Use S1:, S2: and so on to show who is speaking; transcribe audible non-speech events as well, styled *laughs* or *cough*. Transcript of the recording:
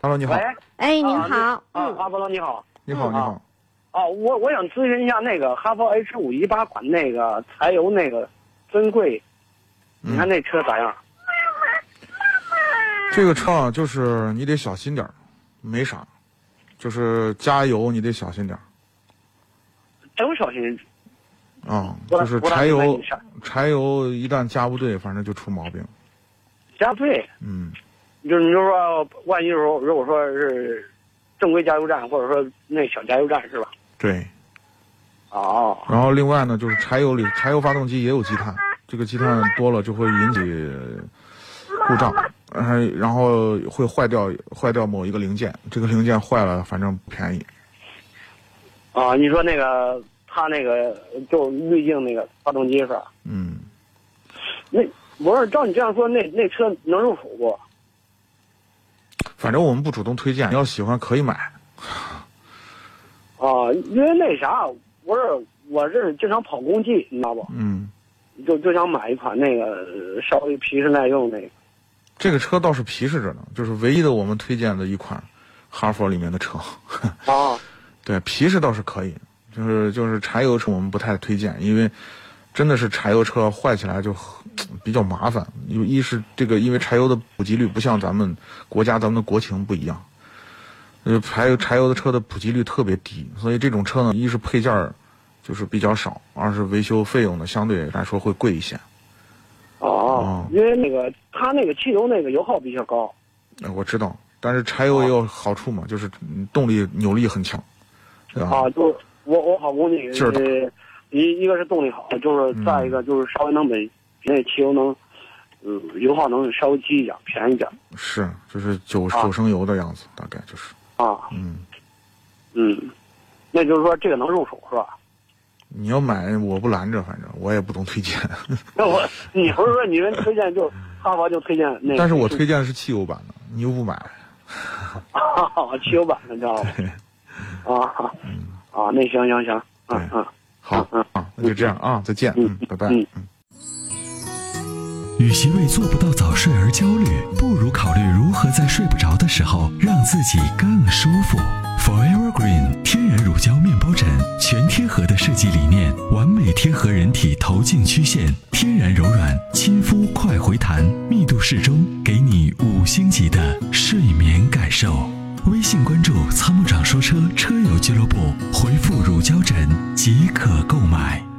S1: Hello，你好，
S2: 喂，
S3: 哎，您
S2: 啊
S3: 好，
S2: 你啊，
S3: 嗯，
S2: 阿波罗你好，
S1: 你好，你好，
S2: 啊，我我想咨询一下那个哈弗 H 五一八款那个柴油那个尊贵，
S1: 嗯
S2: 你看那车咋样？
S1: 这个车啊，就是你得小心点儿，没啥，就是加油你得小心点儿
S2: 怎么小心？
S1: 啊、
S2: 我
S1: 就是
S2: 我
S1: 柴
S2: 我
S1: 油
S2: 我
S1: 柴油一旦加不对，反正就出毛病。
S2: 加对，
S1: 嗯，
S2: 就是你就说万一如如果说是正规加油站或者说那小加油站是吧？
S1: 对。
S2: 哦，
S1: 然后另外呢，就是柴油里柴油发动机也有积碳，这个积碳多了就会引起故障，呃然后会坏掉坏掉某一个零件，这个零件坏了反正不便宜。
S2: 啊，你说那个它那个就滤镜那个发动机是吧？
S1: 嗯，
S2: 那我说照你这样说，那那车能入手不？
S1: 反正我们不主动推荐，你要喜欢可以买。
S2: 啊，因为那啥，我是我是经常跑工地，你知道不？
S1: 嗯。
S2: 就就想买一款那个呃稍微皮实耐用那个。
S1: 这个车倒是皮实着呢，就是唯一的我们推荐的一款哈佛里面的车。 *laughs*
S2: 啊，
S1: 对，皮实倒是可以，就是就是柴油车我们不太推荐，因为真的是柴油车坏起来就很比较麻烦。因为一是这个，因为柴油的普及率不像咱们国家咱们的国情不一样，呃，柴油柴油的车的普及率特别低，所以这种车呢，一是配件儿就是比较少，二是维修费用呢相对来说会贵一些。
S2: 哦，因为那个它那个汽油那个油耗比较高。
S1: 呃我知道，但是柴油也有好处嘛，就是嗯动力扭力很强，对吧？
S2: 啊，就我我跑工地，
S1: 劲儿大
S2: 呃一一个是动力好，
S1: 嗯
S2: 就是再一个就是稍微能比比那汽油能，嗯，油耗能稍微低一点，便宜点
S1: 是，就是九
S2: 啊
S1: 九升油的样子，大概就是，
S2: 啊。
S1: 嗯，
S2: 嗯，那就是说这个能入手是吧？ *laughs*
S1: 你要买我不拦着，反正我也不懂推荐，
S2: 那我你不是说你们推荐就哈佛就推荐那个？
S1: 但是我推荐的是汽油版的，你又不买，
S2: 啊， *laughs* 汽油版的，你知道
S1: *laughs*
S2: 吗？啊啊，那行行行，嗯
S1: 对
S2: 嗯。
S1: 好
S2: 嗯
S1: 啊，那就这样啊，再见，嗯
S2: 嗯，
S1: 拜拜，
S2: 嗯
S1: 嗯。
S4: 与其为做不到早睡而焦虑，不如考虑如何在睡不着的时候让自己更舒服。Forever Green 天然乳胶面包枕，全贴合的设计理念，完美贴合人体头颈曲线，天然柔软，亲肤快回弹，密度适中，给你五星级的睡眠感受。微信关注“参谋长说车”车友俱乐部，回复“乳胶枕”即可购买。